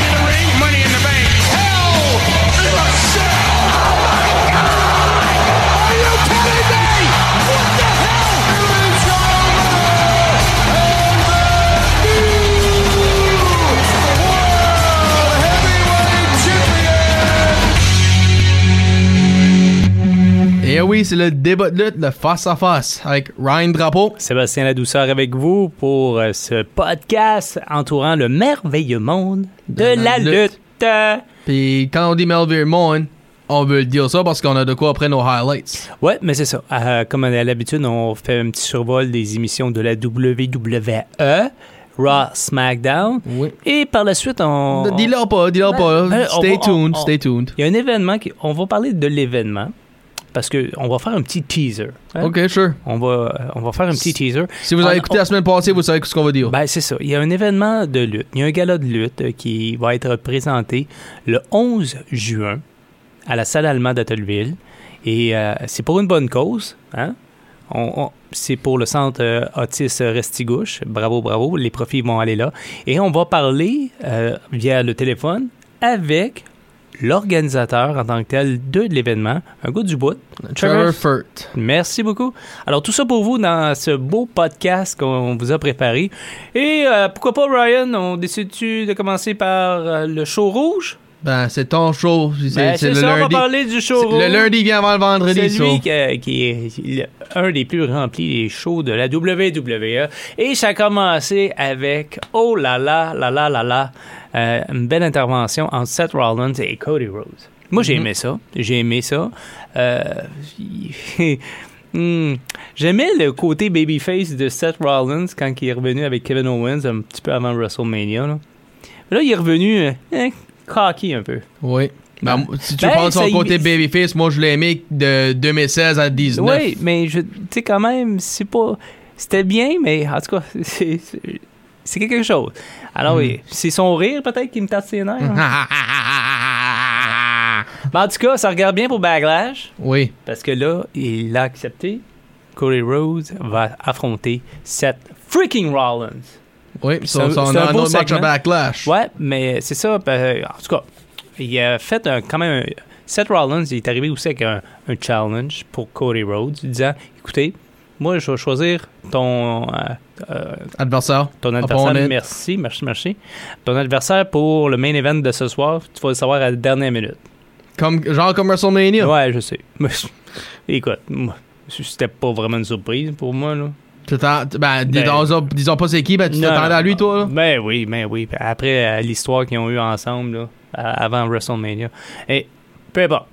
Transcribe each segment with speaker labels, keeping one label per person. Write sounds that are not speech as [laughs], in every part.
Speaker 1: of the Ring, Money in the Bank.
Speaker 2: Hell in a Cell. Oh Are you kidding me? What the hell?
Speaker 3: Et Eh oui, c'est le débat de lutte, le face-à-face avec Ryan Drapeau.
Speaker 4: Sébastien Ladouceur avec vous pour euh, ce podcast entourant le merveilleux monde de,
Speaker 3: De
Speaker 4: la
Speaker 3: la
Speaker 4: lutte.
Speaker 3: Puis quand on dit merveilleux monde, on veut dire ça parce qu'on a de quoi après nos highlights.
Speaker 4: Ouais, mais c'est ça. Euh, comme à l'habitude, on fait un petit survol des émissions de la WWE, Raw, SmackDown.
Speaker 3: Oui.
Speaker 4: Et par la suite, on.
Speaker 3: Oh. Dis-leur pas, dis-leur
Speaker 4: Ben,
Speaker 3: pas.
Speaker 4: ben, on
Speaker 3: stay
Speaker 4: va- on-
Speaker 3: tuned,
Speaker 4: on-
Speaker 3: stay tuned.
Speaker 4: Il y a un événement qui. On va parler de l'événement parce que on va faire un petit teaser. hein.
Speaker 3: Ok, sure.
Speaker 4: On va, euh, on va faire un petit teaser.
Speaker 3: Si vous avez
Speaker 4: On-
Speaker 3: écouté
Speaker 4: on-
Speaker 3: la semaine passée, vous savez ce qu'on va dire.
Speaker 4: oh. Ben, c'est ça. Il y a un événement de lutte. Il y a un gala de lutte euh, qui va être présenté le 11 juin à la salle allemande d'Attelville. Et euh, c'est pour une bonne cause. Hein? On- on- c'est pour le centre euh, Otis Restigouche. Bravo, bravo. Les profits vont aller là. Et on va parler euh, via le téléphone avec l'organisateur en tant que tel de l'événement, un gars du bout.
Speaker 3: Trevor Furt.
Speaker 4: Merci beaucoup. Alors, tout ça pour vous dans ce beau podcast qu'on vous a préparé. Et euh, pourquoi pas, Ryan, on décide-tu de commencer par euh, le show rouge?
Speaker 3: Ben, c'est ton show. C'est
Speaker 4: Ben,
Speaker 3: c'est
Speaker 4: c'est
Speaker 3: le
Speaker 4: ça, on va
Speaker 3: lundi.
Speaker 4: parler du show rouge.
Speaker 3: Le lundi vient avant le vendredi.
Speaker 4: C'est
Speaker 3: ça.
Speaker 4: lui qui, euh, qui est le- un des plus remplis des shows de la WWE. Et ça a commencé avec, oh là là, là là là là, euh, une belle intervention entre Seth Rollins et Cody Rhodes. Moi,
Speaker 3: Mm-hmm.
Speaker 4: j'ai aimé ça. J'ai aimé ça. Euh, [laughs] hmm, J'aimais le côté babyface de Seth Rollins quand il est revenu avec Kevin Owens un petit peu avant WrestleMania. Là, Mais là il est revenu euh, hein, cocky un peu.
Speaker 3: Oui. Ben,
Speaker 4: Ben,
Speaker 3: moi, si tu
Speaker 4: ben,
Speaker 3: prends
Speaker 4: ça
Speaker 3: son
Speaker 4: y-
Speaker 3: côté babyface, moi je l'ai aimé de 2016 à 2019. [laughs]
Speaker 4: Oui, mais je, tu sais, quand même, c'est pas. C'était bien, mais en tout cas, [laughs] c'est. c'est- C'est quelque chose. Alors, oui, c'est son rire peut-être qui me tape ses nerfs.
Speaker 3: [laughs]
Speaker 4: hein. Mais en tout cas, ça regarde bien pour Backlash.
Speaker 3: oui.
Speaker 4: Parce que là, il l'a accepté. Corey Rose va affronter Seth freaking Rollins.
Speaker 3: Oui.
Speaker 4: C'est
Speaker 3: Ça,
Speaker 4: un-
Speaker 3: ça, on
Speaker 4: c'est
Speaker 3: a
Speaker 4: un
Speaker 3: un,
Speaker 4: beau
Speaker 3: autre match à
Speaker 4: segment.
Speaker 3: backlash.
Speaker 4: Ouais, mais c'est ça. ben, en tout cas, il a fait un- quand même. un- Seth Rollins il est arrivé aussi avec un, un challenge pour Cody Rhodes, disant écoutez, moi, je vais choisir ton. euh, euh,
Speaker 3: Adversaire.
Speaker 4: ton adversaire,
Speaker 3: Opponent.
Speaker 4: merci, merci, merci. Ton adversaire pour le main event de ce soir, tu vas le savoir à la dernière minute.
Speaker 3: Comme, genre comme WrestleMania.
Speaker 4: Ouais, je sais. [laughs] Mais je- Écoute, moi, c'était pas vraiment une surprise pour moi. Là.
Speaker 3: Tu t'attends- ben, dis-
Speaker 4: Ben-
Speaker 3: disons, disons pas c'est qui, ben, tu
Speaker 4: Non,
Speaker 3: t'attendais à lui,
Speaker 4: non,
Speaker 3: toi. Là?
Speaker 4: Ben oui, ben oui. Après euh, l'histoire qu'ils ont eue ensemble là, à- avant WrestleMania. Et peu importe.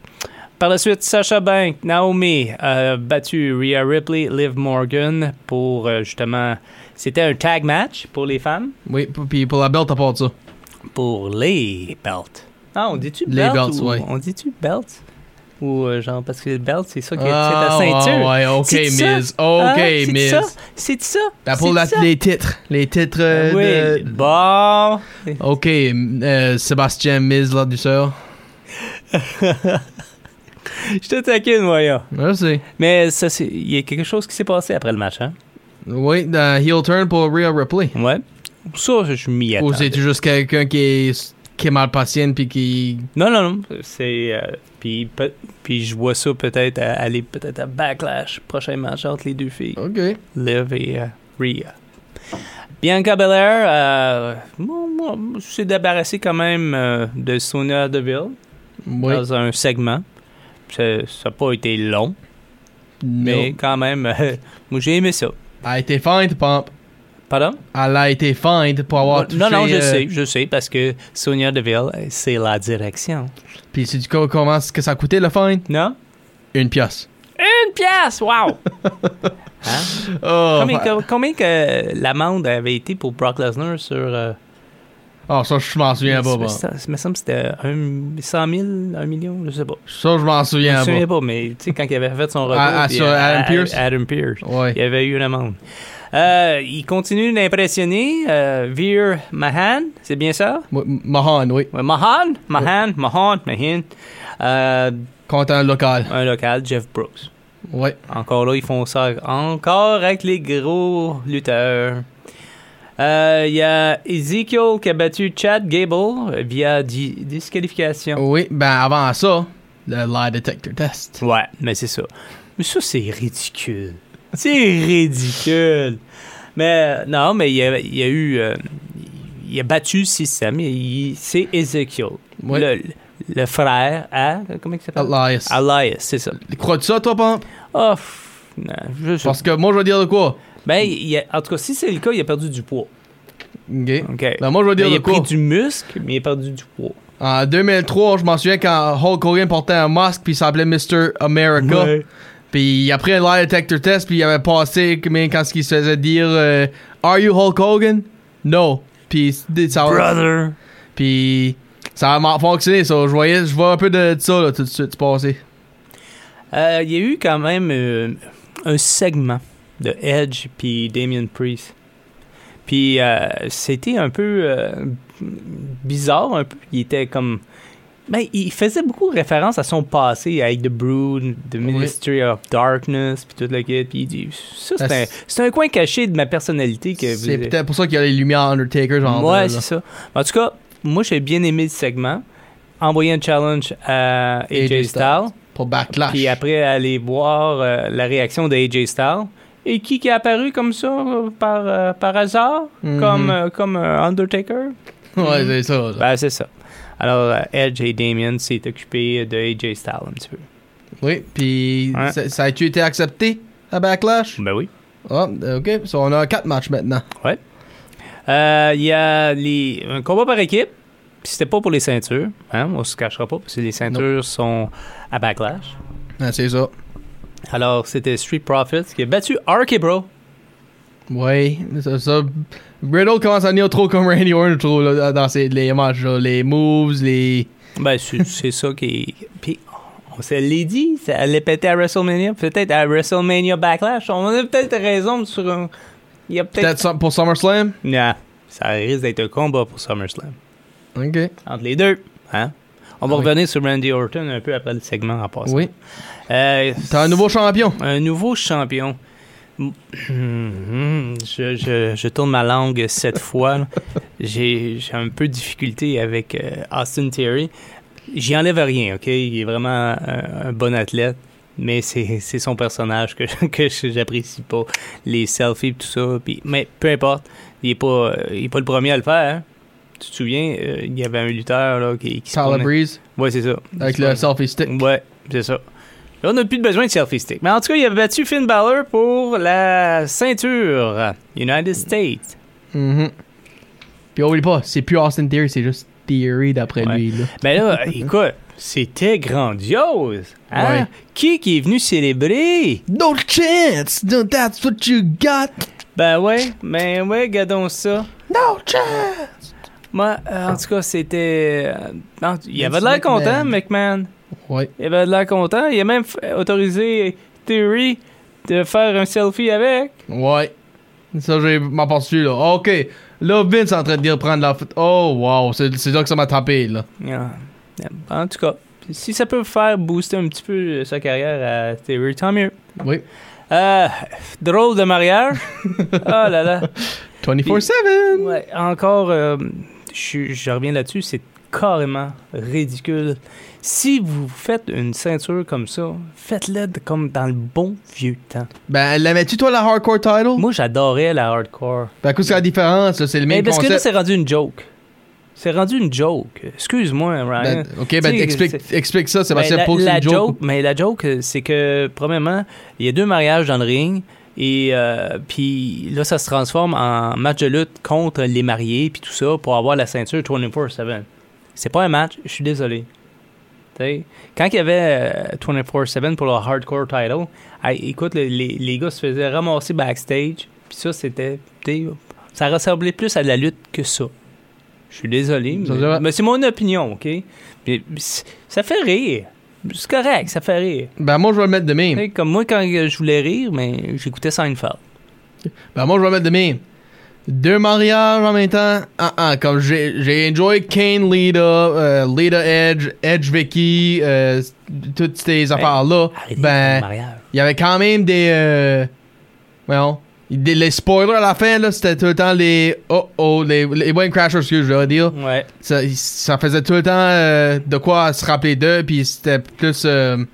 Speaker 4: Par la suite, Sasha Bank, Naomi, euh, battu Rhea Ripley, Liv Morgan pour euh, justement. C'était un tag match pour les femmes.
Speaker 3: Oui, p- puis pour la belt, à part ça.
Speaker 4: Pour les belts. Ah, on dit-tu
Speaker 3: Les
Speaker 4: belt
Speaker 3: belts,
Speaker 4: ou-
Speaker 3: ouais.
Speaker 4: On dit-tu belt Ou euh, genre, parce que le belt, c'est ça qui est c'est
Speaker 3: Ah,
Speaker 4: ta ceinture.
Speaker 3: ouais, ok,
Speaker 4: C'est-tu ça?
Speaker 3: Miz. Ok,
Speaker 4: Hein? C'est-tu
Speaker 3: Miz.
Speaker 4: ça? C'est ça.
Speaker 3: Ben, pour
Speaker 4: C'est-tu
Speaker 3: la-
Speaker 4: ça? Ben
Speaker 3: les titres. Les titres euh,
Speaker 4: oui.
Speaker 3: de-
Speaker 4: Bon. [laughs]
Speaker 3: Ok, euh, Sébastien Miz, là, du sœur.
Speaker 4: Je te taquine, voyons.
Speaker 3: Je sais.
Speaker 4: Mais ça, c'est- il y a quelque chose qui s'est passé après le match, hein?
Speaker 3: Oui, euh, heel turn pour Rhea Ripley.
Speaker 4: Ouais. Ça, je m'y attends.
Speaker 3: Ou c'est juste quelqu'un qui est, qui est mal patient puis qui.
Speaker 4: Non, non, non. C'est. euh, puis, pe- puis je vois ça peut-être à- aller peut-être à Backlash, prochain match entre les deux filles,
Speaker 3: Ok.
Speaker 4: Liv et euh, Rhea. Bianca Belair, euh, moi, moi, je suis débarrassé quand même euh, de Sonia Deville
Speaker 3: Oui.
Speaker 4: dans un segment. Ça n'a pas été long, mais
Speaker 3: Mais.
Speaker 4: quand même, euh, [laughs] moi j'ai aimé ça.
Speaker 3: Elle a été feinte, Pomp.
Speaker 4: Pardon?
Speaker 3: Elle a été feinte pour avoir touché.
Speaker 4: non, non, je
Speaker 3: euh,
Speaker 4: sais, je sais, parce que Sonia Deville, euh, c'est la direction.
Speaker 3: Puis c'est du coup, comment est-ce que ça a coûté le feinte
Speaker 4: Non?
Speaker 3: Une pièce.
Speaker 4: Une pièce! Wow! Hein?
Speaker 3: Oh,
Speaker 4: combien,
Speaker 3: fa-
Speaker 4: que- combien que l'amende avait été pour Brock Lesnar sur euh,
Speaker 3: Ah, ça, je m'en souviens pas. bon.
Speaker 4: Ça ça me semble que c'était un- 100 000, 1 million, je sais pas.
Speaker 3: Ça, je m'en
Speaker 4: Je me
Speaker 3: souviens
Speaker 4: souviens
Speaker 3: pas.
Speaker 4: pas, mais tu sais, quand il avait fait son retour.
Speaker 3: à-
Speaker 4: puis,
Speaker 3: Ah, sur
Speaker 4: euh,
Speaker 3: Adam
Speaker 4: à-
Speaker 3: Pearce?
Speaker 4: Adam Pearce.
Speaker 3: Ouais.
Speaker 4: Il y avait eu une amende. Euh, il continue d'impressionner. euh, Veer Mahan, c'est bien ça?
Speaker 3: M- M- Mahan, oui.
Speaker 4: Ouais, Mahan? Mahan? Mahan? Mahan? Euh,
Speaker 3: Content local.
Speaker 4: un local, Jeff Brooks.
Speaker 3: Ouais.
Speaker 4: Encore là, ils font ça encore avec les gros lutteurs. Euh, Il y a Ezekiel qui a battu Chad Gable via di- disqualification.
Speaker 3: Oui, ben avant ça, le lie detector test.
Speaker 4: Ouais, mais c'est ça. Mais ça, c'est ridicule. C'est ridicule. Mais euh, non, mais il y a, il y a eu. euh, il a battu le système. Il- il- C'est Ezekiel.
Speaker 3: Ouais.
Speaker 4: Le, le frère à. Comment il s'appelle
Speaker 3: Elias.
Speaker 4: Elias, c'est ça.
Speaker 3: Crois-tu ça, toi, Pomp?
Speaker 4: Oh, pff, non, je sais
Speaker 3: Parce que moi, je vais dire de quoi?
Speaker 4: pas. Ben, il y a- en tout cas, si c'est le cas, il a perdu du poids.
Speaker 3: OK.
Speaker 4: OK.
Speaker 3: Ben, moi, je
Speaker 4: Ben,
Speaker 3: vais dire
Speaker 4: il
Speaker 3: de
Speaker 4: a
Speaker 3: quoi?
Speaker 4: pris du muscle, mais il a perdu du poids.
Speaker 3: En 2003, je m'en souviens quand Hulk Hogan portait un masque, puis il s'appelait Mr. America.
Speaker 4: Ouais.
Speaker 3: Puis après un lie detector test, puis il avait passé mais quand il se faisait dire euh, Are you Hulk Hogan? No. Puis ça
Speaker 4: Brother.
Speaker 3: Puis ça a fonctionné, ça. Je voyais, je vois un peu de, de ça, là, tout de suite, passer.
Speaker 4: Euh, Il y a eu quand même euh, un segment de Edge puis Damien Priest. Puis euh, c'était un peu euh, bizarre, un peu. Il était comme. Ben, il faisait beaucoup référence à son passé avec The Brood, The Ministry of Darkness, puis tout le kit. Puis il dit Ça, c'est
Speaker 3: Ah,
Speaker 4: un, c'est un coin caché de ma personnalité que vous-
Speaker 3: C'est peut-être pour ça qu'il y a les lumières Undertaker, genre.
Speaker 4: Ouais,
Speaker 3: là.
Speaker 4: c'est ça. En tout cas, moi, j'ai bien aimé le segment. Envoyer un challenge à AJ,
Speaker 3: AJ
Speaker 4: Styles.
Speaker 3: Pour Backlash.
Speaker 4: Puis euh, après, aller voir euh, la réaction d'AJ Styles. Et qui qui est apparu comme ça, euh, par, euh, par hasard,
Speaker 3: Mhm.
Speaker 4: comme, euh, comme euh, Undertaker?
Speaker 3: [laughs] Ouais, c'est ça. là.
Speaker 4: Ben, c'est ça. Alors, euh, Edge et Damien s'est occupé de AJ Styles un petit peu.
Speaker 3: Oui, puis
Speaker 4: Ouais.
Speaker 3: ça, ça a-tu été accepté à Backlash?
Speaker 4: Ben oui.
Speaker 3: Ah, ok. So, on a quatre matchs maintenant.
Speaker 4: Euh, Il y a les, un combat par équipe. Puis c'était pas pour les ceintures. Hein? On se cachera pas, parce que les ceintures sont à Backlash.
Speaker 3: Ah, c'est ça.
Speaker 4: Alors, c'était Street Profits qui a battu RK-Bro.
Speaker 3: Oui, ça, ça. Riddle commence à venir trop comme Randy Orton, je trouve, là, dans ses, les matchs, là, les moves, les.
Speaker 4: Ben, c'est c'est ça qui est... Puis, on se l'est dit, ça allait péter à WrestleMania. Peut-être à WrestleMania Backlash. On a peut-être raison sur un... Il y a
Speaker 3: Peut-être
Speaker 4: peut-être...
Speaker 3: ça pour SummerSlam?
Speaker 4: Non, ça risque d'être un combat pour SummerSlam.
Speaker 3: Ok.
Speaker 4: Entre les deux, hein? On va
Speaker 3: Ah Oui.
Speaker 4: revenir sur Randy Orton un peu après le segment en passant.
Speaker 3: Oui.
Speaker 4: Euh,
Speaker 3: T'as un nouveau champion.
Speaker 4: Un nouveau champion. Mm, mm, Je, je- je tourne ma langue cette fois. là. J'ai j'ai un peu de difficulté avec euh, Austin Theory. J'y enlève rien, OK? Il est vraiment un, un bon athlète, mais c'est c'est son personnage que, que je- j'apprécie pas. Les selfies, tout ça. puis- mais peu importe, il est, pas, euh, il est pas le premier à le faire. hein. Tu te souviens, euh, il y avait un lutteur là, qui, qui se
Speaker 3: Tyler
Speaker 4: promenait-
Speaker 3: Breeze,
Speaker 4: Ouais, c'est ça.
Speaker 3: avec
Speaker 4: Il se
Speaker 3: le
Speaker 4: promenait-
Speaker 3: selfie stick.
Speaker 4: Ouais, c'est ça. Là, on n'a plus de besoin de selfie stick. Mais en tout cas, il a battu Finn Balor pour la ceinture United States.
Speaker 3: Mhm. Puis oublie pas, c'est plus Austin Theory, c'est juste Theory d'après
Speaker 4: Ouais.
Speaker 3: lui. Là.
Speaker 4: Ben là,
Speaker 3: [laughs]
Speaker 4: écoute, c'était grandiose. Hein?
Speaker 3: Ouais.
Speaker 4: Qui qui est venu célébrer?
Speaker 3: No chance! no- That's what you got!
Speaker 4: Ben ouais, ben ouais, regardons ça.
Speaker 3: No chance!
Speaker 4: Moi, euh, en tout cas, c'était... euh, en- il avait de l'air
Speaker 3: Vince
Speaker 4: content,
Speaker 3: McMahon.
Speaker 4: McMahon.
Speaker 3: Ouais.
Speaker 4: Il avait de l'air content. Il a même f- autorisé Theory de faire un selfie avec.
Speaker 3: Ouais. Ça, j'ai m'en pense là. Ok. Là, Vince est en train de dire prendre la photo. Oh, wow. C'est c'est là que ça m'a tapé, là.
Speaker 4: Ah. En tout cas, si ça peut faire booster un petit peu euh, sa carrière à Theory, tant mieux.
Speaker 3: Oui.
Speaker 4: Euh, drôle de mariage. oh là là.
Speaker 3: 24-7!
Speaker 4: Ouais, encore, euh, je, suis- je reviens là-dessus, c'est carrément ridicule. Si vous faites une ceinture comme ça, faites-le de- comme dans le bon vieux temps.
Speaker 3: Ben, l'avais-tu, toi, la hardcore title?
Speaker 4: Moi, j'adorais la hardcore.
Speaker 3: Ben, qu'est-ce que la différence, là? C'est le
Speaker 4: Mais
Speaker 3: même
Speaker 4: parce que là,
Speaker 3: concept.
Speaker 4: c'est rendu une joke. C'est rendu une joke. Excuse-moi, Ryan.
Speaker 3: Ben, ok, ben,
Speaker 4: Tu sais,
Speaker 3: explique,
Speaker 4: c'est-
Speaker 3: explique ça,
Speaker 4: Ben,
Speaker 3: Sébastien.
Speaker 4: la,
Speaker 3: Pour que c'est
Speaker 4: la
Speaker 3: une joke.
Speaker 4: Mais la joke, euh, c'est que, premièrement, il y a deux mariages dans le ring. Et euh, puis là, ça se transforme en match de lutte contre les mariés, puis tout ça, pour avoir la ceinture 24-7. C'est pas un match, je suis désolé. Tu sais, Quand il y avait euh, 24-7 pour le hardcore title, ah, écoute, le- les, les gars se faisaient ramasser backstage, puis ça, c'était. tu sais, Ça ressemblait plus à de la lutte que ça. Je suis désolé,
Speaker 3: Ça
Speaker 4: mais,
Speaker 3: devrait-
Speaker 4: mais c'est mon opinion, OK? Puis, c- ça fait rire. C'est correct, ça fait rire.
Speaker 3: Ben, moi, je vais le mettre de
Speaker 4: Tu
Speaker 3: même.
Speaker 4: sais, Comme moi, quand euh, je voulais rire, mais j'écoutais Seinfeld.
Speaker 3: Ben, moi, je vais le mettre de même. Deux mariages en même temps. Ah, ah, comme j'ai j'ai enjoy Kane, Lita, euh, Lita Edge, Edge Vicky, euh, toutes ces affaires-là.
Speaker 4: Arrêtez
Speaker 3: Ben,
Speaker 4: le mariage.
Speaker 3: Il y avait quand même des. Euh, well, des- les spoilers à la fin, là, c'était tout le temps les. Oh oh, les, les Wayne Crashers, excuse, je dois dire.
Speaker 4: Ouais.
Speaker 3: Ça, ça faisait tout le temps euh, de quoi se rappeler d'eux, puis c'était plus. euh,
Speaker 4: Je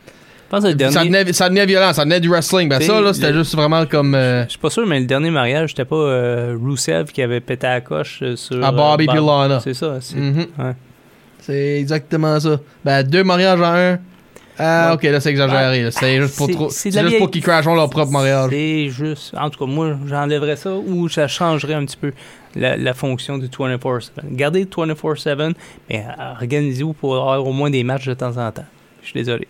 Speaker 4: pense que le
Speaker 3: ça,
Speaker 4: dernier...
Speaker 3: venait, ça venait violent, ça venait du wrestling. Ben
Speaker 4: T'sais,
Speaker 3: ça, là, c'était
Speaker 4: le-
Speaker 3: juste vraiment comme. euh,
Speaker 4: Je suis pas sûr, mais le dernier mariage, c'était pas euh, Rusev qui avait pété la coche euh, sur.
Speaker 3: à Bobby puis Lana.
Speaker 4: C'est ça. c'est-
Speaker 3: Mhm.
Speaker 4: ouais.
Speaker 3: C'est exactement ça. Ben, deux mariages en un. Ah,
Speaker 4: Ouais.
Speaker 3: ok, là, c'est exagéré. là. C'était juste pour,
Speaker 4: C'est-
Speaker 3: trop,
Speaker 4: c'est
Speaker 3: c'est
Speaker 4: de la
Speaker 3: juste pour
Speaker 4: vieille-
Speaker 3: qu'ils crashent leur propre mariage.
Speaker 4: C'est juste. En tout cas, moi, j'enlèverais ça ou ça changerait un petit peu la, la fonction du 24-7. Gardez le 24-7, mais euh, organisez-vous pour avoir au moins des matchs de temps en temps. Je suis désolé.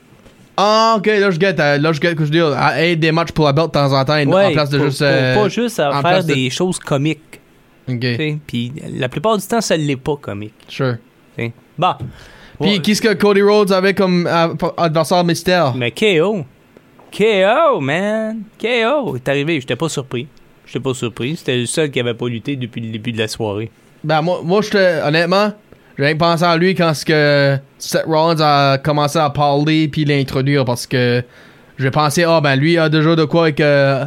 Speaker 3: Ah, ok, là, je guette. euh, Là, je guette que je dis. ah, hey, des matchs pour la belt de temps en temps et- en place de
Speaker 4: pour-
Speaker 3: juste.
Speaker 4: pour
Speaker 3: euh,
Speaker 4: pas juste à
Speaker 3: en
Speaker 4: faire
Speaker 3: place de-
Speaker 4: des choses comiques. tu
Speaker 3: ok,
Speaker 4: sais. Puis la plupart du temps, ça ne l'est pas comique.
Speaker 3: sure.
Speaker 4: tu sais. Bon.
Speaker 3: Puis,
Speaker 4: Ouais.
Speaker 3: qu'est-ce que Cody Rhodes avait comme euh, adversaire mystère
Speaker 4: Mais KO. KO, man. KO est arrivé. J'étais pas surpris. J'étais pas surpris. C'était le seul qui avait pas lutté depuis le début de la soirée.
Speaker 3: Ben, moi, moi j'étais. Honnêtement, j'ai rien pensé à lui quand ce que Seth Rollins a commencé à parler puis l'introduire parce que j'ai pensé, ah, ben, lui a déjà de quoi avec. Euh,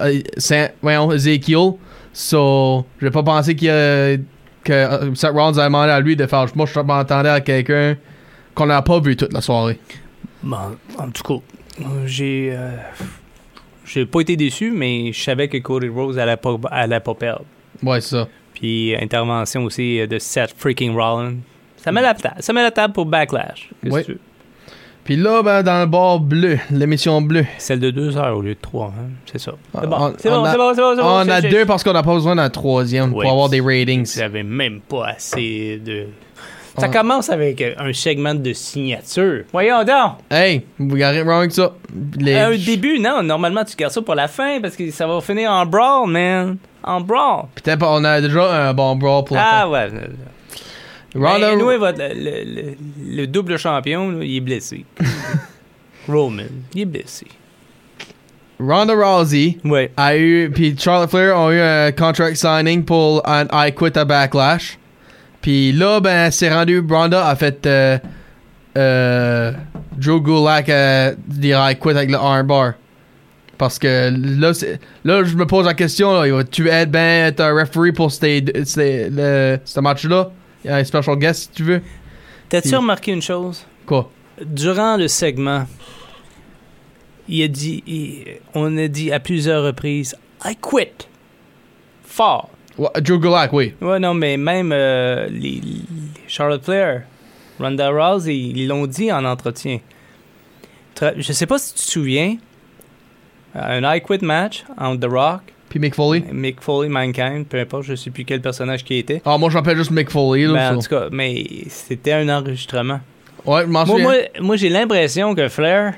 Speaker 3: euh, Saint- voyons, Ezekiel. So, j'ai pas pensé qu'il y a- que euh, Seth Rollins a demandé à lui de faire. Moi, je m'entendais à quelqu'un qu'on n'a pas vu toute la soirée.
Speaker 4: Bon, Ben, en tout cas, euh, j'ai. euh, j'ai pas été déçu, mais je savais que Cody Rose allait pas, allait pas perdre.
Speaker 3: Ouais, c'est ça.
Speaker 4: Puis, intervention aussi euh, de Seth freaking Rollins. Ça met la table. Ça met la table pour Backlash. Qu'est-ce
Speaker 3: Oui.
Speaker 4: que tu veux?
Speaker 3: Puis là, ben, dans le bord bleu, l'émission bleue,
Speaker 4: Celle de deux heures au lieu de trois. hein. C'est ça. C'est bon,
Speaker 3: Ah, On-
Speaker 4: c'est
Speaker 3: on
Speaker 4: bon,
Speaker 3: a-
Speaker 4: c'est bon, c'est bon, c'est bon.
Speaker 3: on
Speaker 4: c'est-
Speaker 3: a
Speaker 4: j'ai-
Speaker 3: deux parce qu'on n'a pas besoin d'un troisième
Speaker 4: Oui.
Speaker 3: pour avoir des ratings.
Speaker 4: Vous avez même pas assez de. Ça
Speaker 3: Ouais.
Speaker 4: commence avec euh, un segment de signature. Voyons donc!
Speaker 3: Hey, vous gardez rien que ça. Les-
Speaker 4: Un début, non, normalement tu gardes ça pour la fin parce que ça va finir en brawl, man. En brawl.
Speaker 3: Peut-être on a déjà un bon brawl pour la
Speaker 4: Ah ouais. Ben,
Speaker 3: fin. Ronda-
Speaker 4: nous, le, le- le double champion, là, il est blessé. Roman, il est blessé.
Speaker 3: Ronda Rousey
Speaker 4: Ouais.
Speaker 3: a eu, puis Charlotte Flair ont eu un contract signing pour un I Quit à Backlash. Puis là, ben, c'est rendu, Ronda a fait euh, euh, Drew Gulak euh, dire I Quit avec le armbar. Parce que là, c'est- là, je me pose la question, là, il va- tu être ben être un referee pour ces- ces- le- ce match-là? Il y a un special guest, si tu veux.
Speaker 4: T'as-tu
Speaker 3: Il-
Speaker 4: remarqué une chose?
Speaker 3: Quoi?
Speaker 4: Durant le segment, il a dit, il- on a dit à plusieurs reprises, I quit. Fort.
Speaker 3: Ouais, Drew Gulak, oui.
Speaker 4: Ouais, non, mais même euh, les, les Charlotte Flair, Ronda Rousey, ils l'ont dit en entretien. Tra- Je sais pas si tu te souviens, euh, un I Quit match entre The Rock,
Speaker 3: Puis Mick Foley.
Speaker 4: [laughs] Mick Foley, Mankind, peu importe, je sais plus quel personnage qui était.
Speaker 3: Ah, moi, je m'appelle juste Mick Foley. Là,
Speaker 4: Ben, en
Speaker 3: so-
Speaker 4: tout cas, mais c'était un enregistrement.
Speaker 3: Ouais, je
Speaker 4: Moi,
Speaker 3: m'en souviens.
Speaker 4: moi, moi, j'ai l'impression que Flair,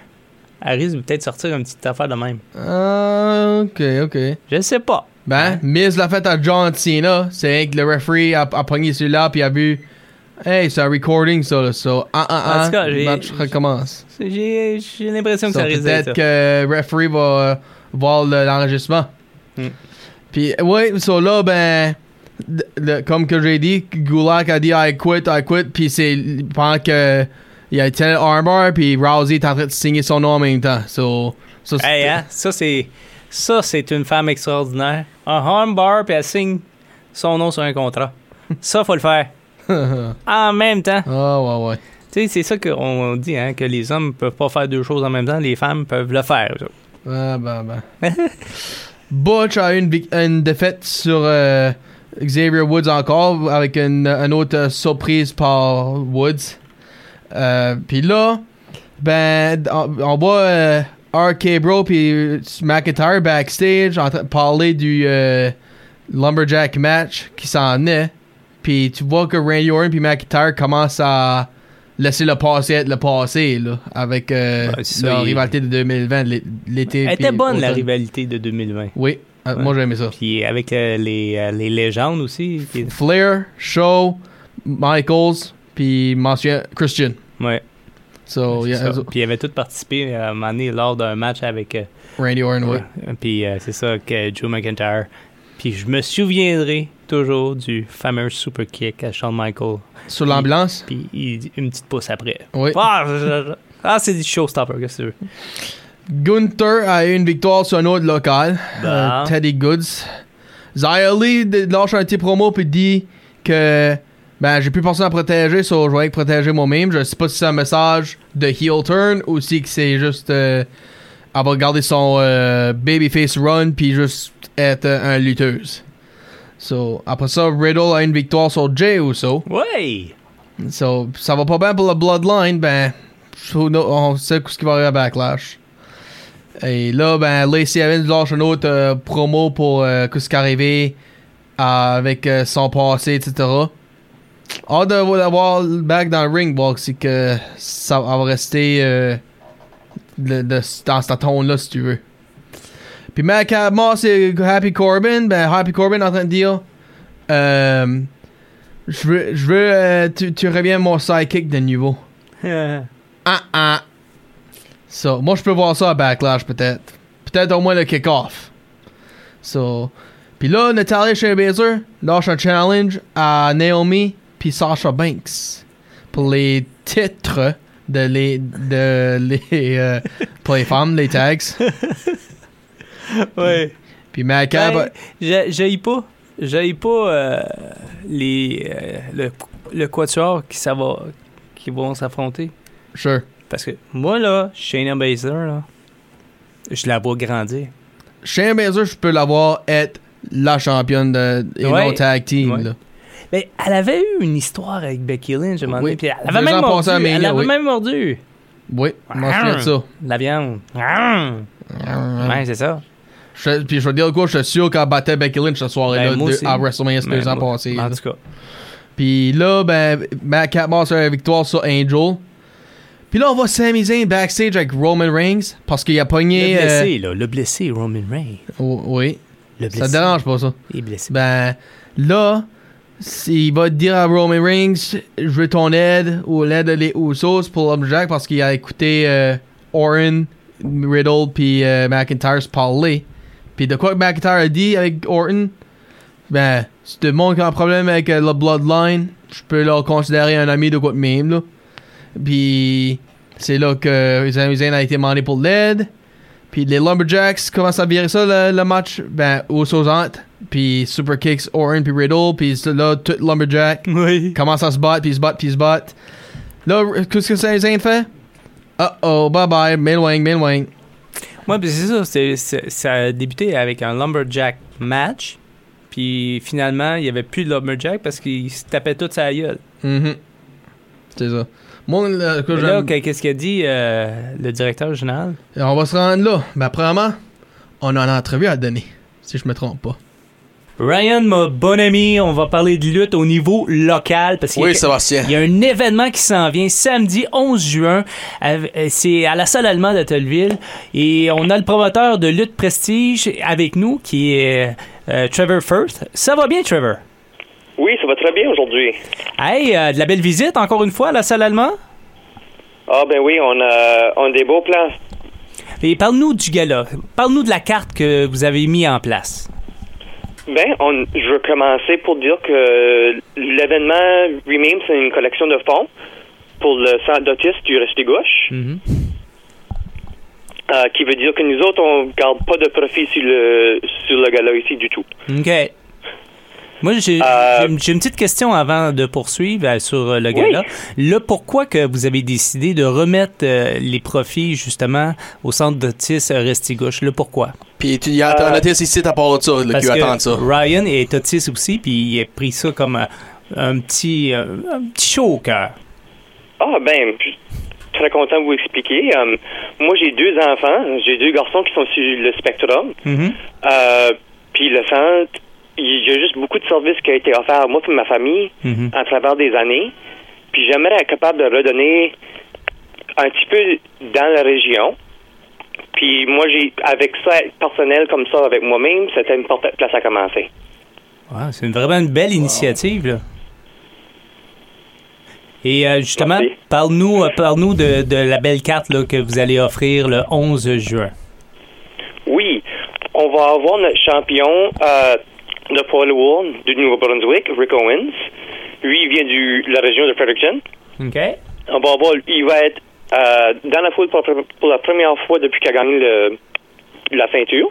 Speaker 4: elle risque de peut-être sortir une petite affaire de même.
Speaker 3: Ah, ok, ok.
Speaker 4: Je sais pas.
Speaker 3: Ben, Miz l'a fait à John Cena. C'est rien que le referee a, a pogné celui-là, puis a vu. Hey, c'est un recording, ça, là. So, ah, ah,
Speaker 4: En
Speaker 3: ah.
Speaker 4: tout cas, j'ai-
Speaker 3: le match
Speaker 4: j'ai-
Speaker 3: recommence.
Speaker 4: J'ai j'ai l'impression que
Speaker 3: So,
Speaker 4: ça risque d'être
Speaker 3: peut-être
Speaker 4: ça.
Speaker 3: que le referee va euh, voir le- l'enregistrement.
Speaker 4: Hmm.
Speaker 3: Puis, ouais, so là, ben. d- le- comme que j'ai dit, Gulak a dit I quit, I quit, puis c'est pendant que. Il a tel armbar, puis Rousey est en train de signer son nom en même temps. So, so c'est-
Speaker 4: Hey, hein, ça c'est ça c'est une femme extraordinaire. Un armbar puis elle signe son nom sur un
Speaker 3: [laughs]
Speaker 4: contrat. Ça faut le faire. En même temps,
Speaker 3: Ah ouais, ouais.
Speaker 4: tu sais c'est ça qu'on dit hein, que les hommes peuvent pas faire deux choses en même temps, les femmes peuvent le faire. eux autres.
Speaker 3: Ah, ben, ben. Butch a eu une, vic- une défaite sur euh, Xavier Woods encore, avec une, une autre euh, surprise par Woods. Euh, puis là, ben, on, on voit euh, RK Bro puis McIntyre backstage en train de parler du euh, Lumberjack match qui s'en est. Puis tu vois que Randy Orton puis McIntyre commencent à laisser le passé être le passé, là, avec euh,
Speaker 4: Ouais, c'est ça,
Speaker 3: leur
Speaker 4: il-
Speaker 3: rivalité de 2020, l'é- l'été.
Speaker 4: Elle était
Speaker 3: puis
Speaker 4: bonne la
Speaker 3: automne.
Speaker 4: rivalité de 2020.
Speaker 3: Oui, euh, moi j'ai aimé ça.
Speaker 4: Puis avec euh, les, euh, les légendes aussi. qui-
Speaker 3: Flair, Show, Michaels, puis mentionné Christian.
Speaker 4: Ouais. c'est
Speaker 3: So, Oh, yeah,
Speaker 4: ça.
Speaker 3: that's-
Speaker 4: Puis ils avaient tous participé euh, à un moment donné lors d'un match avec. euh,
Speaker 3: Randy Orton, ouais.
Speaker 4: euh, Puis euh, c'est ça, que Joe McIntyre. Puis je me souviendrai toujours du fameux super kick à Shawn Michaels.
Speaker 3: Sur l'ambulance,
Speaker 4: Puis il- une petite pousse après.
Speaker 3: oui.
Speaker 4: Ah, je- je- je- ah, c'est du showstopper, qu'est-ce que tu veux?
Speaker 3: Gunther a eu une victoire sur un autre local,
Speaker 4: Bah.
Speaker 3: euh, Teddy Goods. Zia Lee d- lâche un petit promo puis dit que ben j'ai plus personne à protéger, so je vais être protégé moi-même. Je sais pas si c'est un message de heel turn ou si que c'est juste euh, elle va garder son euh, babyface run puis juste être euh, un lutteuse. So après ça, Riddle a une victoire sur Jay Uso.
Speaker 4: Ouais!
Speaker 3: So ça va pas bien pour la Bloodline, ben who know- on sait ce qui va arriver à Backlash. Et là, ben, Lacey Evans lâche une autre euh, promo pour euh, ce qui est arrivé euh, avec euh, son passé, etc. Hâte de vous l'avoir back dans le ring, voir si que ça elle va rester euh, de- de- dans cette tone-là, si tu veux. Puis Mac Moss et Happy Corbin, ben, Happy Corbin est en train de dire euh, Je veux, je veux euh, tu, tu reviens mon sidekick de niveau. Ah ah. So, moi, je peux voir ça à Backlash, peut-être. Peut-être au moins le kick-off. So, puis là, Natalia chez Baszler lâche un challenge à Naomi puis Sasha Banks pour les titres de les de les [laughs] euh, pour les femmes, les tags.
Speaker 4: [laughs] ouais.
Speaker 3: Puis Madcap,
Speaker 4: Ben, j'ai- J'aille pas. J'aille pas euh, les, euh, le, le quatuor qui, ça va, qui vont s'affronter.
Speaker 3: sure.
Speaker 4: Parce que moi, là, Shayna Baszler, là, je la vois grandir.
Speaker 3: Shane Baszler, je peux l'avoir être la championne de et
Speaker 4: Ouais.
Speaker 3: non tag team.
Speaker 4: Ouais.
Speaker 3: là.
Speaker 4: Mais elle avait eu une histoire avec Becky Lynch, je m'en
Speaker 3: Oui.
Speaker 4: dis, puis elle
Speaker 3: Deux
Speaker 4: avait même
Speaker 3: ans
Speaker 4: mordu.
Speaker 3: passés à Mania,
Speaker 4: elle avait
Speaker 3: oui.
Speaker 4: même mordu
Speaker 3: Oui, je m'en souviens de ça.
Speaker 4: la viande. Ah!
Speaker 3: Mmh.
Speaker 4: Ouais, c'est ça.
Speaker 3: Je- puis je veux dire quoi, je suis sûr qu'elle battait Becky Lynch cette soirée-là
Speaker 4: Ben, moi
Speaker 3: de-
Speaker 4: aussi.
Speaker 3: à WrestleMania c'est deux
Speaker 4: Mais
Speaker 3: ans
Speaker 4: moi-
Speaker 3: passés.
Speaker 4: En
Speaker 3: là.
Speaker 4: tout cas.
Speaker 3: Puis là, ben, Matt Catmore sur la victoire sur Angel. Puis là, on voit Sami Zayn backstage avec Roman Reigns parce qu'il a pogné.
Speaker 4: le
Speaker 3: euh,
Speaker 4: blessé, là. Le blessé, Roman Reigns.
Speaker 3: oh, oui,
Speaker 4: Le blessé.
Speaker 3: ça te dérange pas ça.
Speaker 4: Il est blessé.
Speaker 3: Ben là, il va dire à Roman Reigns, je veux ton aide ou l'aide des Usos pour l'homme Jack parce qu'il a écouté euh, Orton, Riddle puis euh, McIntyre se parler. Puis de quoi que McIntyre a dit avec Orton, ben si tout le monde qui a un problème avec euh, la Bloodline, je peux leur considérer un ami de quoi de même là. Puis c'est là que euh, Zayn Zayn a été demandé pour l'aide. Puis les Lumberjacks commencent à virer ça le, le match. Ben, Usos entre puis Super Kicks, Orin, puis Riddle, puis c'est là, tout Lumberjack
Speaker 4: Oui.
Speaker 3: commence à se battre, puis il se battre, puis il se battre. Là, r- qu'est-ce que Sami Zayn fait? Uh-oh, bye-bye, m'éloigne, m'éloigne.
Speaker 4: Ouais, puis c'est ça. c'est- c'est- ça a débuté avec un Lumberjack match. Puis finalement, il n'y avait plus de Lumberjack parce qu'il se tapait toute sa gueule.
Speaker 3: Mhm. C'est ça. Moi, le- que
Speaker 4: Mais là,
Speaker 3: j'aime-
Speaker 4: que- qu'est-ce qu'a dit euh, le directeur général?
Speaker 3: on va se rendre là. Ben, premièrement, on a une entrevue à donner, si je me trompe pas.
Speaker 4: Ryan, mon bon ami, on va parler de lutte au niveau local parce qu'il y a-
Speaker 5: Oui, Sébastien.
Speaker 4: il y a un événement qui s'en vient samedi 11 juin. av- euh, C'est à la salle allemande de Telleville. Et on a le promoteur de lutte prestige avec nous qui est euh, Trevor Firth. Ça va bien, Trevor?
Speaker 6: Oui, ça va très bien aujourd'hui.
Speaker 4: Hey, euh, de la belle visite encore une fois à la salle allemande.
Speaker 6: Ah ben oui, on a, on a des beaux plans.
Speaker 4: Et parle-nous du gala. Parle-nous de la carte que vous avez mis en place.
Speaker 6: Ben, on, je veux commencer pour dire que l'événement lui-même, c'est une collection de fonds pour le centre d'autistes du Resté Gauche, euh, qui veut dire que nous autres, on garde pas de profit sur le, sur le gala ici du tout.
Speaker 4: OK. Moi, j'ai
Speaker 6: Euh,
Speaker 4: j'ai- j'ai une petite question avant de poursuivre euh, sur euh, le gala. Là, pourquoi que vous avez décidé de remettre euh, les profits, justement, au centre d'autisme Restigouche? Là, pourquoi?
Speaker 5: Puis tu y as
Speaker 4: Euh,
Speaker 5: un autiste ici, t'as pas de ça, là, qui attend ça.
Speaker 4: Ryan est autiste aussi, puis il a pris ça comme euh, un, petit, euh, un petit chaud au cœur.
Speaker 6: Ah ben, je suis très content de vous expliquer. Euh, moi, j'ai deux enfants. J'ai deux garçons qui sont sur le spectrum.
Speaker 4: Mhm.
Speaker 6: Euh, Puis le centre, il y a juste beaucoup de services qui ont été offerts à moi et ma famille
Speaker 4: Mhm.
Speaker 6: à travers des années. Puis j'aimerais être capable de redonner un petit peu dans la région. Puis moi, j'ai avec ça, être personnel comme ça, avec moi-même, c'était une porte- place à commencer.
Speaker 4: Wow, C'est une- vraiment une belle initiative, là. Et euh, justement,
Speaker 6: Merci.
Speaker 4: parle-nous euh, parle-nous de, de la belle carte là, que vous allez offrir le 11 juin.
Speaker 6: Oui, on va avoir notre champion euh, de poids lourd du Nouveau-Brunswick, Rick Owens. Lui, il vient de la région de Fredericton.
Speaker 4: OK.
Speaker 6: On va avoir- il va être euh, dans la foule pour, pour la première fois depuis qu'il a gagné le- la ceinture.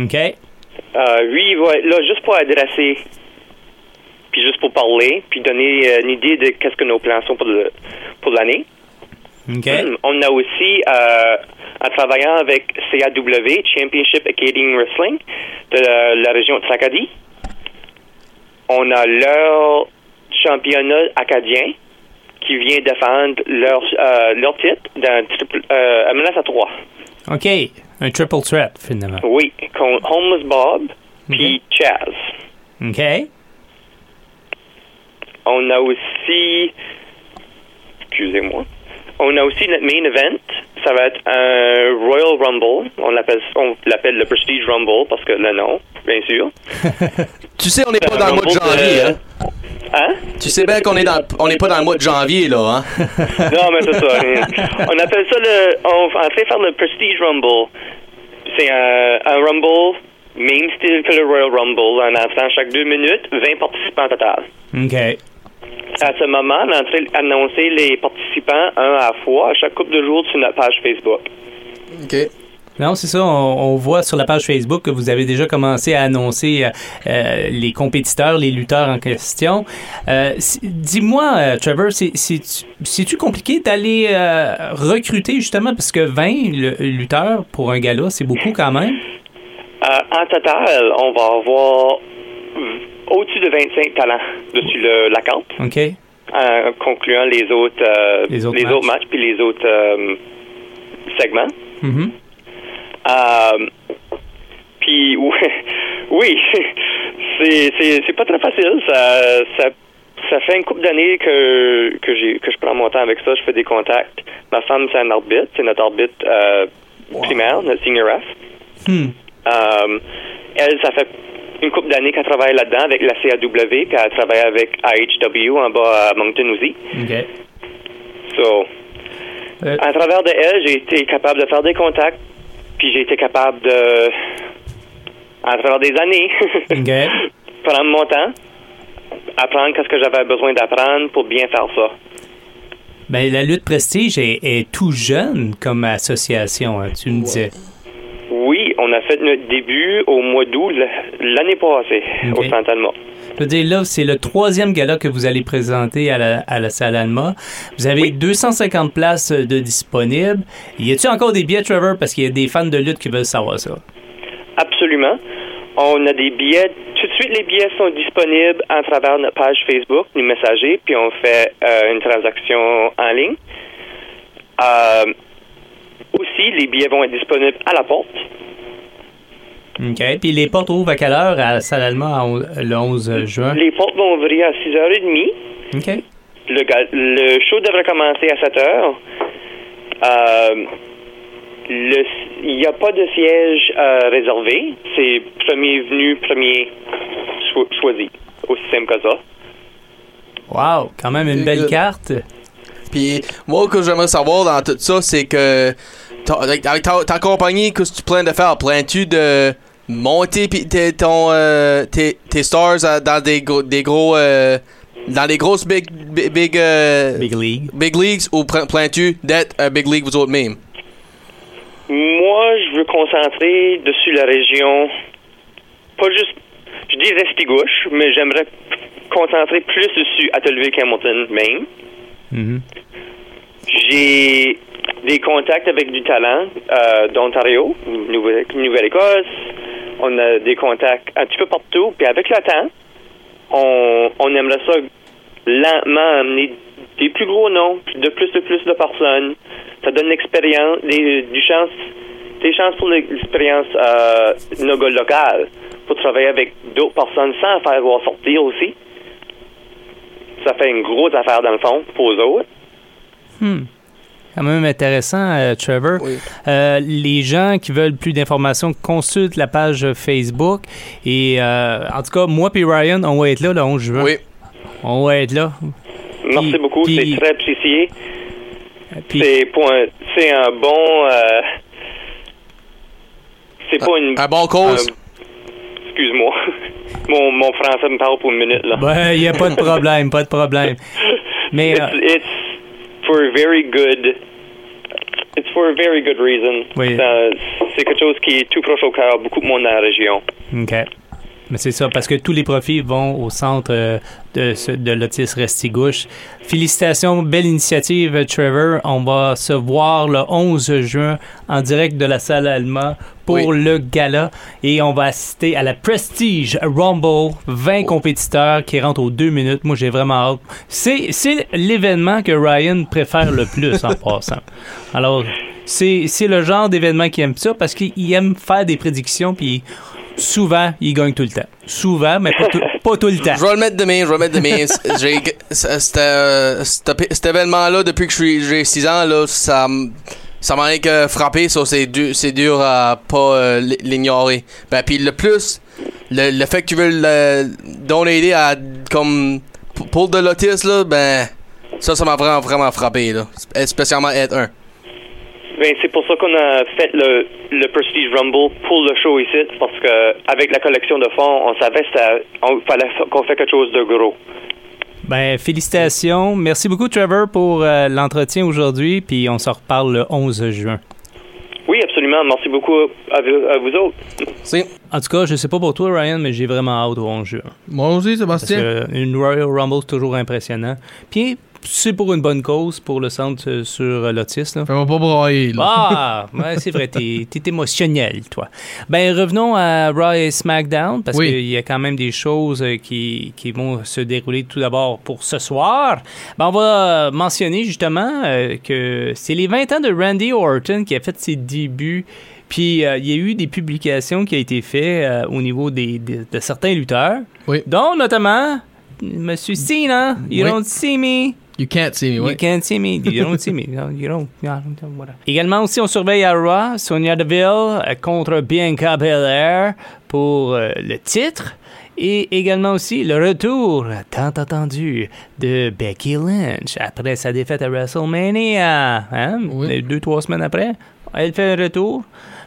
Speaker 4: OK.
Speaker 6: Euh, lui, il va être là juste pour adresser, puis juste pour parler, puis donner euh, une idée de qu'est-ce que nos plans sont pour le- pour l'année.
Speaker 4: OK.
Speaker 6: On a aussi, euh, en travaillant avec CAW, Championship Acadian Wrestling, de la, la région de l'Acadie, on a leur championnat acadien qui vient défendre leur, euh, leur titre d'un triple, euh, un menace à trois.
Speaker 4: OK. Un triple threat, finalement.
Speaker 6: Oui, contre Homeless Bob, puis Chaz.
Speaker 4: OK.
Speaker 6: On a aussi, excusez-moi, on a aussi notre main event. Ça va être un Royal Rumble. On l'appelle, on l'appelle le Prestige Rumble parce que le nom, bien sûr.
Speaker 5: [laughs] Tu sais, on n'est pas dans le mois de
Speaker 6: Rumble
Speaker 5: janvier,
Speaker 6: de-
Speaker 5: hein?
Speaker 6: Hein?
Speaker 5: Tu sais bien qu'on est dans, on n'est pas dans le mois de janvier, là, hein?
Speaker 6: [laughs] Non, mais c'est ça. On appelle ça le, on va en fait faire le Prestige Rumble. C'est un, un Rumble, même style que le Royal Rumble, en lançant chaque deux minutes 20 participants au total.
Speaker 4: OK.
Speaker 6: À ce moment, on est en train d'annoncer les participants un à la fois à chaque couple de jours sur notre page Facebook.
Speaker 5: OK.
Speaker 4: Non, c'est ça. On, on voit sur la page Facebook que vous avez déjà commencé à annoncer euh, euh, les compétiteurs, les lutteurs en question. Euh, si- Dis-moi, euh, Trevor, c'est- c'est- c'est-tu compliqué d'aller euh, recruter justement parce que 20 le- lutteurs pour un gala, c'est beaucoup quand même.
Speaker 6: Euh, en total, on va avoir au-dessus de 25 talents dessus le- la carte,
Speaker 4: Ok.
Speaker 6: en concluant les autres, euh,
Speaker 4: Les autres matchs.
Speaker 6: puis les autres euh, segments.
Speaker 4: Mhm.
Speaker 6: Euh, puis [laughs] oui, oui, c'est- c'est c'est pas très facile. Ça, ça, ça fait une couple d'années que, que, j'ai- que je prends mon temps avec ça. Je fais des contacts. Ma femme, c'est un arbitre. C'est notre arbitre euh, primaire, notre senior ref.
Speaker 4: Hmm.
Speaker 6: Euh, elle, ça fait une couple d'années qu'elle travaille là-dedans avec la CAW, puis elle travaille avec AHW en bas à Moncton aussi.
Speaker 4: Ok.
Speaker 6: So,
Speaker 4: Euh,
Speaker 6: à travers de elle, j'ai été capable de faire des contacts, puis j'ai été capable de, à travers des années, [laughs]
Speaker 4: Ok.
Speaker 6: prendre mon temps, apprendre qu'est-ce que j'avais besoin d'apprendre pour bien faire ça.
Speaker 4: Ben, la lutte prestige est, est tout jeune comme association. hein, tu me disais.
Speaker 6: Oui, on a fait notre début au mois d'août l- l'année passée
Speaker 4: Ok.
Speaker 6: au Centre Alma.
Speaker 4: Je veux dire, là, c'est le troisième gala que vous allez présenter à la, à la salle Alma. Vous avez 250 places euh, de disponibles. Y a-t-il encore des billets, Trevor? Parce qu'il y a des fans de lutte qui veulent savoir ça.
Speaker 6: Absolument. On a des billets. Tout de suite, les billets sont disponibles à travers notre page Facebook, nous messager, puis on fait euh, une transaction en ligne. Euh, aussi, les billets vont être disponibles à la porte.
Speaker 4: OK. Puis les portes ouvrent à quelle heure à la salle Alma à on- le 11 juin?
Speaker 6: Les portes vont ouvrir à 6h30.
Speaker 4: OK.
Speaker 6: Le, ga- le show devrait commencer à 7h. il n'y a pas de siège euh, réservé. C'est premier venu, premier cho- choisi. Aussi simple que ça.
Speaker 4: Wow! Quand même une
Speaker 5: Good,
Speaker 4: belle
Speaker 5: good.
Speaker 4: carte.
Speaker 5: Puis, moi, ce que j'aimerais savoir dans tout ça, c'est que. t'as- Euh, Avec avec ta, ta compagnie, qu'est-ce que tu plains de faire? Plains-tu de monter pis tes, ton, euh, tes, tes stars à- dans des, gros- des gros. euh, dans des grosses big. Big, big, euh,
Speaker 4: Big League.
Speaker 5: big leagues ou pla- plains-tu d'être un big league vous autres mêmes?
Speaker 6: Moi, je veux concentrer dessus la région, pas juste, je dis Restigouche, mais j'aimerais concentrer plus dessus Atelier Hamilton même.
Speaker 4: Mhm.
Speaker 6: J'ai des contacts avec du talent euh, d'Ontario, Nouvelle- Nouvelle-Écosse. on a des contacts un petit peu partout. Puis avec le temps, on, on aimerait ça lentement amener des plus gros noms, puis de plus de plus de personnes. Ça donne l'expérience, des, du chance, des chances pour l'expérience euh, nogo- locale, pour travailler avec d'autres personnes sans faire voir sortir aussi. Ça fait une grosse affaire dans le fond pour eux autres.
Speaker 4: Hmm. Quand même intéressant, euh, Trevor.
Speaker 5: Oui.
Speaker 4: Euh, les gens qui veulent plus d'informations consultent la page Facebook. Et euh, en tout cas, moi et Ryan, on va être là le 11 juin.
Speaker 5: Oui.
Speaker 4: On va être là.
Speaker 6: Merci
Speaker 4: Puis-
Speaker 6: beaucoup,
Speaker 4: puis-
Speaker 6: c'est très apprécié.
Speaker 4: Puis-
Speaker 6: C'est pour un, c'est un bon. euh, c'est pas une.
Speaker 4: Ah,
Speaker 5: Un bon cause.
Speaker 6: un- Excuse-moi. [laughs] Mon, mon français me parle pour une minute, là.
Speaker 4: Ben, il n'y a pas de problème, pas de problème. Mais,
Speaker 6: It's,
Speaker 4: euh,
Speaker 6: it's for a very good. It's for a very good reason.
Speaker 4: Oui.
Speaker 6: Euh, C'est quelque chose qui est tout proche au cœur, beaucoup de monde dans la région.
Speaker 4: OK. Mais c'est ça, parce que tous les profits vont au centre euh, de, ce- de l'autisme Restigouche. Félicitations, belle initiative, euh, Trevor. On va se voir le 11 juin en direct de la salle Alma pour
Speaker 5: Oui.
Speaker 4: le gala et on va assister à la Prestige Rumble, 20 compétiteurs qui rentrent aux deux minutes. Moi, j'ai vraiment hâte. C'est, c'est l'événement que Ryan préfère le plus en passant. Alors, c'est, c'est le genre d'événement qui aime ça parce qu'il aime faire des prédictions puis souvent, il gagne tout le temps. Souvent, mais pas tout, pas tout le temps.
Speaker 5: Je vais le mettre demain, je vais le mettre demain. C'est- j'ai- c'est- c'était, euh, c'était- Cet événement-là, depuis que je suis- j'ai 6 ans, là, ça, m- ça m'a rien que frappé. so c'est dur, c'est dur à pas euh, l- l'ignorer. Ben, puis le plus, le, le fait que tu veux le donner à comme p- pour de l'autisme, là, ben ça, ça m'a vraiment, vraiment frappé. Là. Sp- Spécialement être un.
Speaker 6: Ben, c'est pour ça qu'on a fait le, le Prestige Rumble pour le show ici, parce que avec la collection de fonds, on savait qu'il fallait qu'on fait quelque chose de gros.
Speaker 4: Ben, félicitations. Merci beaucoup, Trevor, pour euh, l'entretien aujourd'hui. Puis on se reparle le 11 juin.
Speaker 6: Oui, absolument. Merci beaucoup à vous, à vous autres.
Speaker 5: C'est-
Speaker 4: En tout cas, je sais pas pour toi, Ryan, mais j'ai vraiment hâte au 11 juin.
Speaker 3: Moi aussi,
Speaker 4: Parce
Speaker 3: Sébastien.
Speaker 4: que une Royal Rumble, c'est toujours impressionnant. Puis c'est pour une bonne cause, pour le centre euh, sur euh, l'autisme. là.
Speaker 3: Fais-moi pas brailler, là.
Speaker 4: Ah, ouais, c'est vrai, t'es t'es émotionnel, toi. Ben, revenons à Raw et SmackDown, parce
Speaker 3: Oui.
Speaker 4: qu'il y a quand même des choses euh, qui, qui vont se dérouler tout d'abord pour ce soir. Ben, on va mentionner justement euh, que c'est les 20 ans de Randy Orton qui a fait ses débuts. Puis euh, il y a eu des publications qui ont été faites euh, au niveau des, des- de certains lutteurs,
Speaker 3: Oui.
Speaker 4: dont notamment Monsieur Cena, You
Speaker 3: Oui.
Speaker 4: Don't See Me.
Speaker 3: You can't see me,
Speaker 4: You
Speaker 3: ouais.
Speaker 4: can't see me. You don't see me. No, you don't. no, I don't- whatever. Également aussi, on surveille à Raw, Sonia Deville euh, contre Bianca Belair pour euh, le titre. Et également aussi le retour tant attendu de Becky Lynch après sa défaite à WrestleMania. Hein?
Speaker 3: Oui.
Speaker 4: Deux, trois semaines après, elle fait un retour.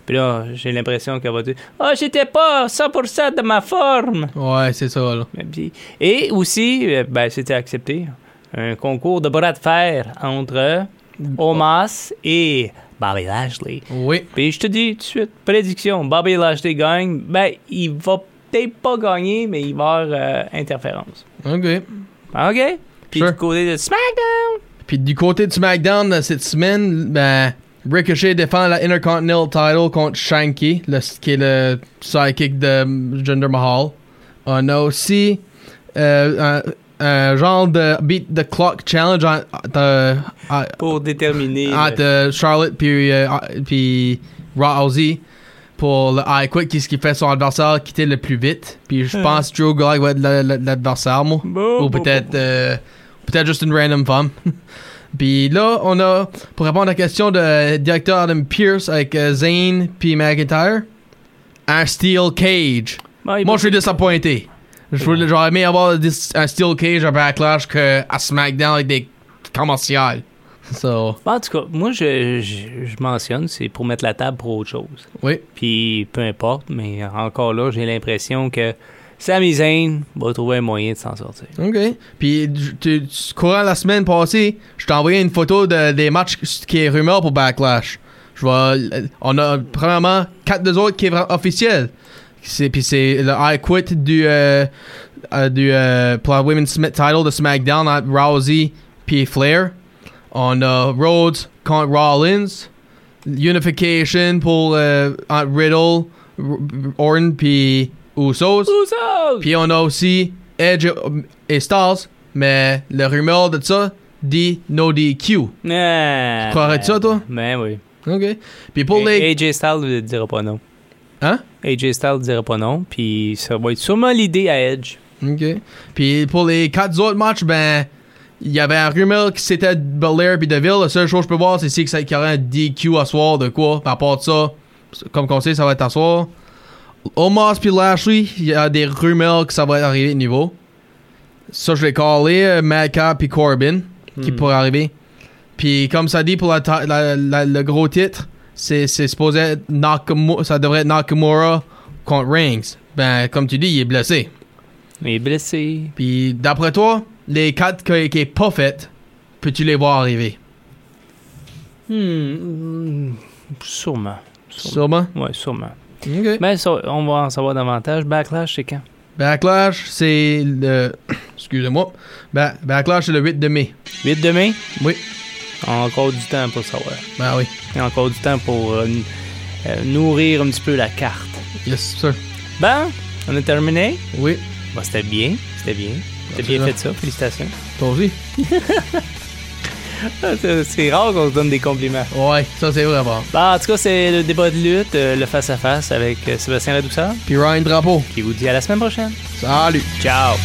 Speaker 4: Puis là, j'ai l'impression qu'elle va dire Ah, j'étais pas 100% de ma forme.
Speaker 3: Ouais, c'est ça, là.
Speaker 4: Mais puis- Et aussi, euh, ben, c'était accepté, un concours de bras de fer entre Omas et Bobby Lashley.
Speaker 3: Oui.
Speaker 4: Puis je te dis tout de suite, prédiction, Bobby Lashley gagne. Ben, il va peut-être pas gagner, mais il va avoir euh, interférence. Ah,
Speaker 3: OK.
Speaker 4: OK? Puis
Speaker 3: Sure.
Speaker 4: du côté de SmackDown!
Speaker 3: Puis du côté de SmackDown euh, cette semaine, ben, Ricochet défend la Intercontinental title contre Shanky, le, qui est le sidekick de mm, Jinder Mahal. On a aussi euh, un, un genre de Beat the Clock Challenge en- entre, en-
Speaker 4: Pour déterminer. le-
Speaker 3: entre, euh, Charlotte puis, euh, ah, puis Rousey pour le I Quit, qui, ce qui fait son adversaire quitter le plus vite. Puis je pense que Drew Gulak va être le- le- l'adversaire, moi.
Speaker 4: Bon,
Speaker 3: Ou
Speaker 4: bon,
Speaker 3: peut-être euh, peut-être juste une random femme. [laughs] puis là, on a, pour répondre à la question de euh, directeur Adam Pierce avec euh, Zane puis McIntyre, un Steel Cage.
Speaker 4: bon. Ouais,
Speaker 3: Moi,
Speaker 4: bon.
Speaker 3: je suis disappointé. Je voulais- J'aurais aimé avoir dis- un Steel Cage à Backlash que à SmackDown avec des commerciales. [laughs] So,
Speaker 4: Bon, Bah, en tout cas, moi, je, je, je mentionne, c'est pour mettre la table pour autre chose.
Speaker 3: oui.
Speaker 4: Puis peu importe, mais encore là, j'ai l'impression que Sami Zayn va trouver un moyen de s'en sortir.
Speaker 3: OK. Puis, tu- tu, tu- courant la semaine passée, je t'ai envoyé une photo de- des matchs qui est rumeur pour Backlash. Je vois, euh, on a premièrement quatre deux autres qui est vra- officiel. C'est, puis c'est le I Quit du, euh, euh, du euh, pour la Women's Sma- Title de SmackDown entre Rousey puis Flair. On a Rhodes contre Rollins. Unification pour euh, entre Riddle, R- Orton puis Usos. Puis on a aussi Edge et Stars, mais le rumeur de ça dit no DQ.
Speaker 4: Ah,
Speaker 3: Croirais-tu ça, toi?
Speaker 4: Ben oui.
Speaker 3: OK. Puis pour les...
Speaker 4: A- AJ Styles ne dira pas non.
Speaker 3: Hein?
Speaker 4: AJ Styles ne dira pas non, puis ça va être sûrement l'idée à Edge.
Speaker 3: OK. Puis pour les quatre autres matchs, ben... Il y avait un rumeur que c'était Belair puis Deville. La seule chose que je peux voir, c'est si qu'il y aurait un DQ à soir de quoi. Par rapport à ça, comme qu'on sait, ça va être à soir. Omos puis Lashley, il y a des rumeurs que ça va arriver de niveau. Ça, je vais caller euh, Madcap puis Corbin, qui
Speaker 4: Hmm.
Speaker 3: pourrait arriver. Puis comme ça dit pour la ta- la- la- le gros titre, c'est c'est supposé être Nakamura, ça devrait être Nakamura contre Reigns. Ben, comme tu dis, il est blessé.
Speaker 4: Il est blessé.
Speaker 3: Puis d'après toi, les quatre qui qui est pas fait, peux-tu les voir arriver?
Speaker 4: Hmm, hmm, Sûrement.
Speaker 3: Sûrement.
Speaker 4: Ouais, sûrement.
Speaker 3: Ok.
Speaker 4: Mais ça, on va en savoir davantage. Backlash, c'est quand?
Speaker 3: Backlash, c'est le. [coughs] Excusez-moi. Ba- Backlash, c'est le 8 de mai.
Speaker 4: 8 de mai?
Speaker 3: Oui.
Speaker 4: Encore du temps pour savoir.
Speaker 3: Ben oui.
Speaker 4: Il y a encore du temps pour euh, n- euh, nourrir un petit peu la carte.
Speaker 3: Yes, sir.
Speaker 4: Ben, on a terminé.
Speaker 3: Oui.
Speaker 4: Bon, Ben, c'était bien. C'était bien. T'as bien
Speaker 3: Absolument.
Speaker 4: fait ça. Félicitations.
Speaker 3: Toi aussi.
Speaker 4: Ah, C'est c'est rare qu'on se donne des compliments.
Speaker 3: Ouais, ça c'est vrai, bon.
Speaker 4: Bah, en tout cas, c'est le débat de lutte, euh, le face-à-face avec euh, Sébastien Ladouceur,
Speaker 3: Puis Ryan Drapeau.
Speaker 4: qui vous dit à la semaine prochaine.
Speaker 3: Salut.
Speaker 4: Ciao!